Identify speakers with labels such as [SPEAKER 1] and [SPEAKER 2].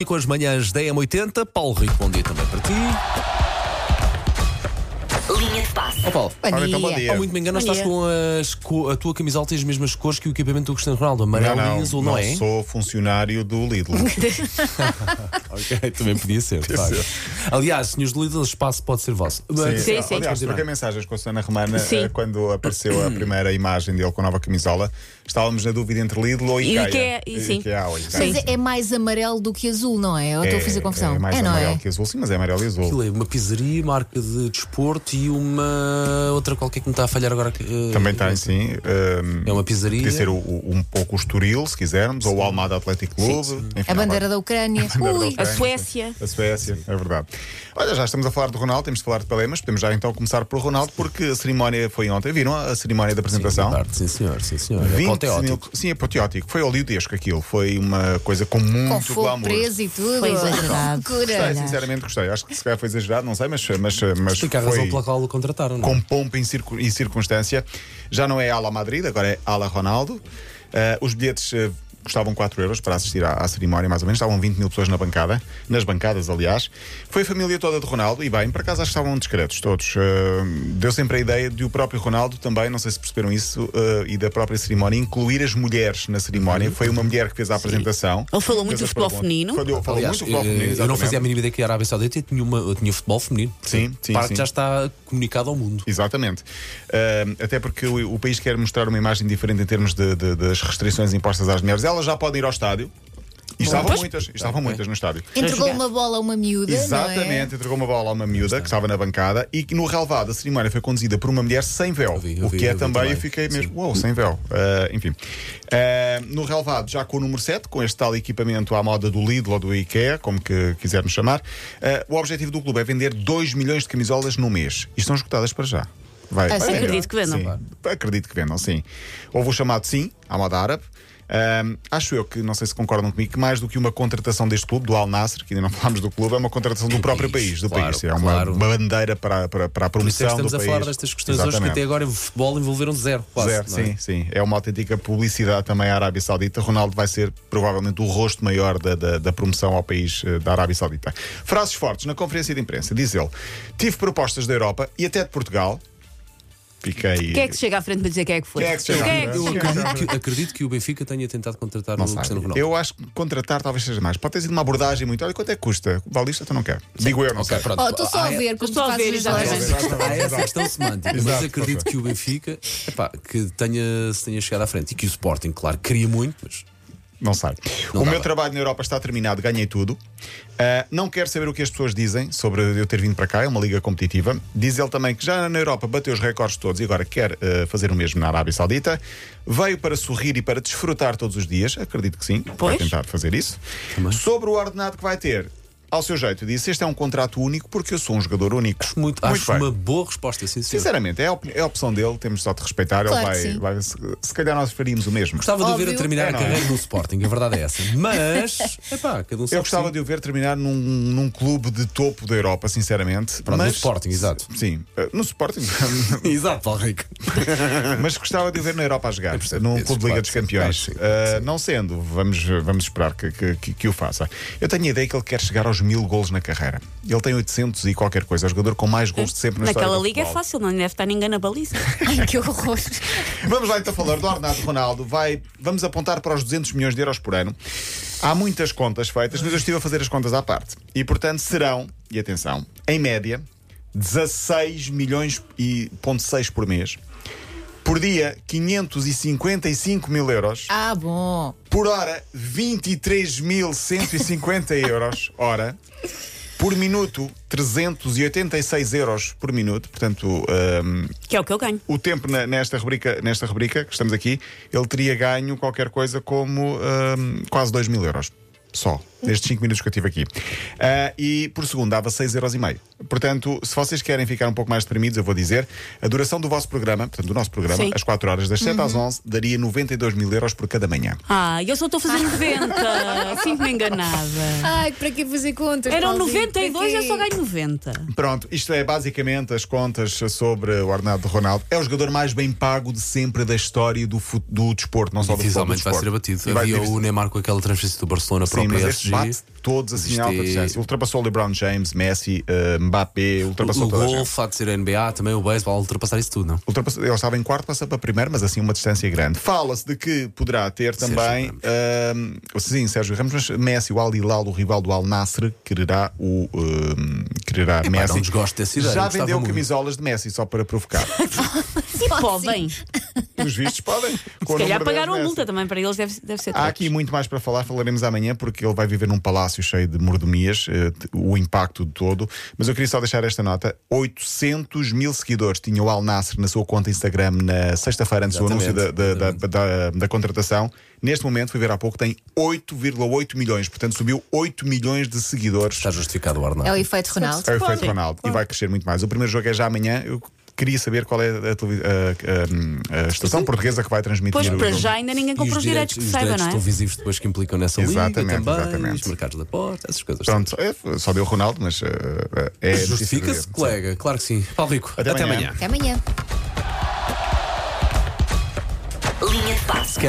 [SPEAKER 1] E com as manhãs da M80, Paulo Rico, bom dia também para ti.
[SPEAKER 2] Linha de passe.
[SPEAKER 1] Ó Paulo,
[SPEAKER 3] Bom
[SPEAKER 1] ao
[SPEAKER 3] dia.
[SPEAKER 4] Ora, então, bom dia.
[SPEAKER 1] muito me engano,
[SPEAKER 3] Bom
[SPEAKER 1] estás
[SPEAKER 3] dia.
[SPEAKER 1] com as co- a tua camisola tem as mesmas cores que o equipamento do Cristiano Ronaldo,
[SPEAKER 4] Não,
[SPEAKER 1] amarelo
[SPEAKER 4] não,
[SPEAKER 1] e azul, não,
[SPEAKER 4] não
[SPEAKER 1] é?
[SPEAKER 4] sou funcionário do Lidl.
[SPEAKER 1] Ok, também podia ser. de facto. Aliás, senhores do Lidl, o espaço pode ser vosso. Mas-
[SPEAKER 3] Sim, sim.
[SPEAKER 4] É, Aliás, troquei mensagens com a Susana Romana
[SPEAKER 3] Sim.
[SPEAKER 4] eh, quando apareceu a primeira imagem dele com a nova camisola. Estávamos na dúvida entre Lidl ou
[SPEAKER 3] E o
[SPEAKER 4] Ikea. Eh,
[SPEAKER 3] Ikea, e sim.
[SPEAKER 4] Ikea ou Ikea.
[SPEAKER 3] Sim.
[SPEAKER 2] Mas é- é mais amarelo do que azul, não é? Eu estou a fazer confusão.
[SPEAKER 4] É mais
[SPEAKER 2] não
[SPEAKER 4] amarelo
[SPEAKER 2] é?
[SPEAKER 4] que azul, sim, mas é amarelo e azul.
[SPEAKER 1] Aquilo é uma pizzaria, marca de desporto e uma outra qualquer que me está a falhar agora. que,
[SPEAKER 3] é
[SPEAKER 1] eh,
[SPEAKER 4] Também tem, sim. ehm,
[SPEAKER 3] um
[SPEAKER 1] É uma pizzaria.
[SPEAKER 4] Podia ser o- o- um pouco o Estoril, se quisermos, ou o Almada Atlético Clube. Enfim,
[SPEAKER 2] A
[SPEAKER 4] não vai-
[SPEAKER 2] bandeira da Ucrânia.
[SPEAKER 4] bandeira da
[SPEAKER 2] Ui,
[SPEAKER 4] Ucrânia.
[SPEAKER 3] A Suécia.
[SPEAKER 4] A Suécia, é verdade. Olha, já estamos a falar do Ronaldo, temos de falar de Pelé, mas podemos já então começar pelo Ronaldo, porque a cerimónia foi ontem. Viram a cerimónia da apresentação?
[SPEAKER 1] Sim, sim, senhor, sim, senhor. É
[SPEAKER 4] 20 mil...
[SPEAKER 1] Apoteótico.
[SPEAKER 4] Sim, apoteótico. Foi oleodesco aquilo. Foi uma coisa com muito
[SPEAKER 2] com fogo
[SPEAKER 4] glamour.
[SPEAKER 2] preso e tudo.
[SPEAKER 3] Foi exagerado.
[SPEAKER 2] Loucura.
[SPEAKER 4] Gostei, sinceramente gostei. Acho que se calhar foi exagerado, não sei, mas, mas, mas
[SPEAKER 1] Fica a razão
[SPEAKER 4] foi
[SPEAKER 1] pela qual o contrataram, não é?
[SPEAKER 4] com pompa e circu- e circunstância. Já não é ala Madrid, agora é ala Ronaldo. Ah, os bilhetes ah, custavam 4 euros para assistir à, à cerimónia, mais ou menos. Estavam 20 mil pessoas na bancada, nas bancadas, aliás. Foi a família toda de Ronaldo e bem, por acaso acho que estavam discretos todos. Ah, deu sempre a ideia de o próprio Ronaldo também, não sei se perceberam isso, ah, e da própria cerimónia, incluir as mulheres na
[SPEAKER 1] Uhum.
[SPEAKER 4] cerimónia. Foi uma mulher que fez a apresentação.
[SPEAKER 3] Ele falou muito
[SPEAKER 4] Fez a
[SPEAKER 3] do futebol
[SPEAKER 4] pergunta.
[SPEAKER 3] feminino.
[SPEAKER 4] Falou, falou
[SPEAKER 1] Aliás, eh,
[SPEAKER 4] muito do futebol feminino.
[SPEAKER 1] eu não
[SPEAKER 4] exatamente.
[SPEAKER 1] fazia a mínima ideia que a Arábia Saudita tinha, uma, eu tinha futebol feminino.
[SPEAKER 4] Sim, sim,
[SPEAKER 1] Parte
[SPEAKER 4] sim.
[SPEAKER 1] já está comunicado ao mundo.
[SPEAKER 4] Exatamente. Ahm, até porque o, o país quer mostrar uma imagem diferente em termos de- de- das restrições impostas às mulheres. Elas já podem ir ao estádio. E estavam
[SPEAKER 3] Pois.
[SPEAKER 4] muitas, e estavam muitas no estádio.
[SPEAKER 2] Entregou
[SPEAKER 3] jogar.
[SPEAKER 2] uma bola a uma miúda. é?
[SPEAKER 4] Exatamente, entregou uma bola a uma miúda que estava na bancada e que no relevado a cerimónia foi conduzida por uma mulher sem véu.
[SPEAKER 1] vi, eu
[SPEAKER 4] o
[SPEAKER 1] vi,
[SPEAKER 4] que
[SPEAKER 1] eu
[SPEAKER 4] é
[SPEAKER 1] vi
[SPEAKER 4] também,
[SPEAKER 1] também.
[SPEAKER 4] eu fiquei
[SPEAKER 1] Sim.
[SPEAKER 4] mesmo, uou, sem véu. Ah, enfim. Ah, no relevado, já com o número 7, com este tal equipamento à moda do Lidl ou do IKEA, como que quisermos chamar, ah, o objetivo do clube é vender 2 milhões de camisolas no mês. E estão esgotadas para já. Vai, vai
[SPEAKER 2] sério?
[SPEAKER 4] vender.
[SPEAKER 3] Acredito que vendam.
[SPEAKER 4] Sim. Acredito que vendam, sim. Houve o chamado sim à moda árabe. Ahm, acho eu que, não sei se concordam comigo, que mais do que uma contratação deste clube, do Al Nasser, que ainda não falámos do clube, é uma contratação do próprio país,
[SPEAKER 1] país,
[SPEAKER 4] do
[SPEAKER 1] claro,
[SPEAKER 4] país. É uma
[SPEAKER 1] claro.
[SPEAKER 4] bandeira para, para, para a
[SPEAKER 1] Por isso é
[SPEAKER 4] promoção
[SPEAKER 1] que estamos
[SPEAKER 4] do
[SPEAKER 1] a
[SPEAKER 4] país.
[SPEAKER 1] falar destas questões hoje que
[SPEAKER 4] Exatamente.
[SPEAKER 1] até agora o futebol envolveram zero, quase.
[SPEAKER 4] Zero,
[SPEAKER 1] não é?
[SPEAKER 4] sim, sim. É uma autêntica publicidade também à Arábia Saudita. Ronaldo vai ser provavelmente o rosto maior da, da, da promoção ao país eh, da Arábia Saudita. Frases fortes na conferência de imprensa. Diz ele: Tive propostas da Europa e até de Portugal. Fiquei.
[SPEAKER 3] Quem é que se chega à frente para dizer quem é que foi?
[SPEAKER 4] Quem é que se chega à
[SPEAKER 3] Quem é
[SPEAKER 4] frente?
[SPEAKER 1] Eu acredito que, acredito que o Benfica tenha tentado contratar
[SPEAKER 4] Não
[SPEAKER 1] o
[SPEAKER 4] sabe.
[SPEAKER 1] Cristiano Ronaldo.
[SPEAKER 4] Eu acho que contratar talvez seja mais. Pode ter sido uma abordagem muito. Olha, quanto é que custa? Vale isto? Então não quero. Digo eu, não
[SPEAKER 1] Ok,
[SPEAKER 4] sei.
[SPEAKER 1] pronto.
[SPEAKER 2] Oh, estou só
[SPEAKER 1] Ah,
[SPEAKER 2] a
[SPEAKER 1] é-
[SPEAKER 2] ver como
[SPEAKER 3] Estou
[SPEAKER 2] tu
[SPEAKER 3] a ver,
[SPEAKER 2] fazes as
[SPEAKER 3] já
[SPEAKER 2] lojas.
[SPEAKER 1] Há essa questão semântica, mas
[SPEAKER 4] Exato,
[SPEAKER 1] acredito que o Benfica epá, que tenha, se tenha chegado à frente e que o Sporting, claro, queria muito, mas
[SPEAKER 4] Não sai.
[SPEAKER 1] Não
[SPEAKER 4] o
[SPEAKER 1] dá
[SPEAKER 4] meu
[SPEAKER 1] bem.
[SPEAKER 4] trabalho na Europa está terminado, ganhei tudo. Ah, não quero saber o que as pessoas dizem sobre eu ter vindo para cá, é uma liga competitiva. Diz ele também que já na Europa bateu os recordes todos e agora quer ah, fazer o mesmo na Arábia Saudita. Veio para sorrir e para desfrutar todos os dias, acredito que sim, vai
[SPEAKER 3] Pois.
[SPEAKER 4] tentar fazer isso. Sobre o ordenado que vai ter. Ao seu jeito, disse: Este é um contrato único porque eu sou um jogador único.
[SPEAKER 1] acho, muito, acho
[SPEAKER 4] bem.
[SPEAKER 1] uma boa resposta, sim, senhor.
[SPEAKER 4] Sinceramente, é a, opini- é a opção dele, temos só de respeitar.
[SPEAKER 2] Claro que
[SPEAKER 4] ele
[SPEAKER 2] sim.
[SPEAKER 4] vai, vai- se, se calhar nós faríamos o mesmo.
[SPEAKER 1] Gostava de o ver a
[SPEAKER 2] Óbvio.
[SPEAKER 1] terminar
[SPEAKER 4] É,
[SPEAKER 1] a
[SPEAKER 4] não é?
[SPEAKER 1] carreira no Sporting, a verdade é essa. Mas, epá, cada um sabe
[SPEAKER 4] Eu gostava
[SPEAKER 1] sim.
[SPEAKER 4] de o ver terminar num, num clube de topo da Europa, sinceramente.
[SPEAKER 1] Pronto, no Sporting, exato.
[SPEAKER 4] Sim, eh, no Sporting.
[SPEAKER 1] Exato, Paulo Rico.
[SPEAKER 4] mas gostava de o ver na Europa a jogar,
[SPEAKER 1] percebo
[SPEAKER 4] num
[SPEAKER 1] isso,
[SPEAKER 4] clube de Liga
[SPEAKER 1] claro,
[SPEAKER 4] dos
[SPEAKER 1] sim,
[SPEAKER 4] Campeões.
[SPEAKER 1] claro, sim,
[SPEAKER 4] Eh, não sendo, vamos, vamos esperar que, que- que- que o faça. Eu tenho a ideia que ele quer chegar aos mil golos na carreira. Ele tem 800 e qualquer coisa. É o jogador com mais golos de sempre na história
[SPEAKER 3] Naquela
[SPEAKER 4] do
[SPEAKER 3] liga é
[SPEAKER 4] futebol.
[SPEAKER 3] fácil, não deve estar ninguém na baliza.
[SPEAKER 2] Ai, que horror.
[SPEAKER 4] Vamos lá então falar do Arnaldo Ronaldo. Vai, vamos apontar para os 200 milhões de euros por ano. Há muitas contas feitas, mas eu estive a fazer as contas à parte. E portanto serão, e atenção, em média, 16 milhões e ponto 6 por mês. Por dia, 555 mil euros.
[SPEAKER 2] Ah, bom.
[SPEAKER 4] Por hora, 23.150 euros. Hora. Por minuto, 386 euros por minuto. Portanto, hum,
[SPEAKER 3] Que é o que eu ganho.
[SPEAKER 4] o tempo na- nesta, rubrica, nesta rubrica que estamos aqui, ele teria ganho qualquer coisa como hum, quase 2 mil euros. Só, nestes 5 minutos que eu tive aqui. Ah, e por segundo dava 6,5 euros. e meio. Portanto, se vocês querem ficar um pouco mais deprimidos, eu vou dizer, a duração do vosso programa, portanto, do nosso programa,
[SPEAKER 3] Sim.
[SPEAKER 4] às 4 horas, das 7 às 11, daria 92 mil euros por cada manhã.
[SPEAKER 3] Ah, eu só estou fazendo 90. Sinto-me enganada.
[SPEAKER 2] Ai, para que fazer contas?
[SPEAKER 3] Eram
[SPEAKER 2] Paulinho?
[SPEAKER 3] 92,
[SPEAKER 2] Para
[SPEAKER 3] eu
[SPEAKER 2] quê?
[SPEAKER 3] só ganho 90.
[SPEAKER 4] Pronto, isto é basicamente as contas sobre o Arnaldo Ronaldo. É o jogador mais bem pago de sempre da história do, fut- do desporto, não só do futebol. do
[SPEAKER 1] Dificilmente vai
[SPEAKER 4] desporto.
[SPEAKER 1] ser abatido.
[SPEAKER 4] E vai-
[SPEAKER 1] Havia o Neymar com aquela transferência do Barcelona para
[SPEAKER 4] Sim,
[SPEAKER 1] o
[SPEAKER 4] mas
[SPEAKER 1] PSG.
[SPEAKER 4] este
[SPEAKER 1] PSG.
[SPEAKER 4] bate todos assim
[SPEAKER 1] Isto
[SPEAKER 4] na alta
[SPEAKER 1] é-
[SPEAKER 4] distância. Ultrapassou o LeBron James, Messi, eh, Mbappé, ultrapassou
[SPEAKER 1] o
[SPEAKER 4] toda a
[SPEAKER 1] golfe,
[SPEAKER 4] gente. É
[SPEAKER 1] há de ser a NBA, também o beisebol, ultrapassar isso tudo, não?
[SPEAKER 4] Ultrapassou, ele estava em quarto, passa para primeiro, mas assim uma distância grande. Fala-se de que poderá ter
[SPEAKER 1] Sérgio
[SPEAKER 4] também eh, sim, Sérgio Ramos, mas Messi, o Al Hilal, o rival do Al Nasser, quererá o eh, quererá Messi.
[SPEAKER 1] não desgosto dessa ideia, eu
[SPEAKER 4] Já
[SPEAKER 1] gostava
[SPEAKER 4] vendeu
[SPEAKER 1] muito.
[SPEAKER 4] camisolas de Messi só para provocar.
[SPEAKER 3] Se podem.
[SPEAKER 4] Os vistos podem.
[SPEAKER 3] Se calhar pagaram
[SPEAKER 1] um
[SPEAKER 3] a multa também, para eles deve, deve ser
[SPEAKER 4] Há
[SPEAKER 3] todos.
[SPEAKER 4] aqui muito mais para falar, falaremos amanhã, porque ele vai viver num palácio cheio de mordomias, eh, t- o impacto de todo. Mas eu queria só deixar esta nota: 800 mil seguidores tinha o Al Nasser na sua conta Instagram na sexta-feira, antes do
[SPEAKER 1] Exatamente,
[SPEAKER 4] anúncio da, da- da- da- da contratação. Neste momento, fui ver há pouco, tem 8,8 milhões, portanto subiu 8 milhões de seguidores.
[SPEAKER 1] Está justificado o
[SPEAKER 2] É o
[SPEAKER 1] Arnaldo.
[SPEAKER 2] efeito Ronaldo.
[SPEAKER 4] É o efeito
[SPEAKER 3] Sim,
[SPEAKER 4] Ronaldo e
[SPEAKER 3] claro.
[SPEAKER 4] vai crescer muito mais. O primeiro jogo é já amanhã. Eu queria saber qual é a, televi- a- a- a estação portuguesa que vai transmitir
[SPEAKER 3] Pois
[SPEAKER 4] o
[SPEAKER 3] para
[SPEAKER 4] jogo.
[SPEAKER 3] já ainda ninguém
[SPEAKER 1] E
[SPEAKER 3] comprou os direitos, que
[SPEAKER 1] os
[SPEAKER 3] saiba,
[SPEAKER 1] direitos
[SPEAKER 3] não é?
[SPEAKER 1] televisivos depois que implicam nessa
[SPEAKER 4] Exatamente,
[SPEAKER 1] liga também,
[SPEAKER 4] exatamente.
[SPEAKER 1] os mercados da porta, essas coisas.
[SPEAKER 4] Pronto, é, só deu Ronaldo, mas eh, eh, é.
[SPEAKER 1] Justifica-se,
[SPEAKER 4] notícia do dia.
[SPEAKER 1] colega, claro que sim. Paulo Rico,
[SPEAKER 4] Até amanhã.
[SPEAKER 2] Até amanhã.
[SPEAKER 5] Linha de passe.
[SPEAKER 1] Se quer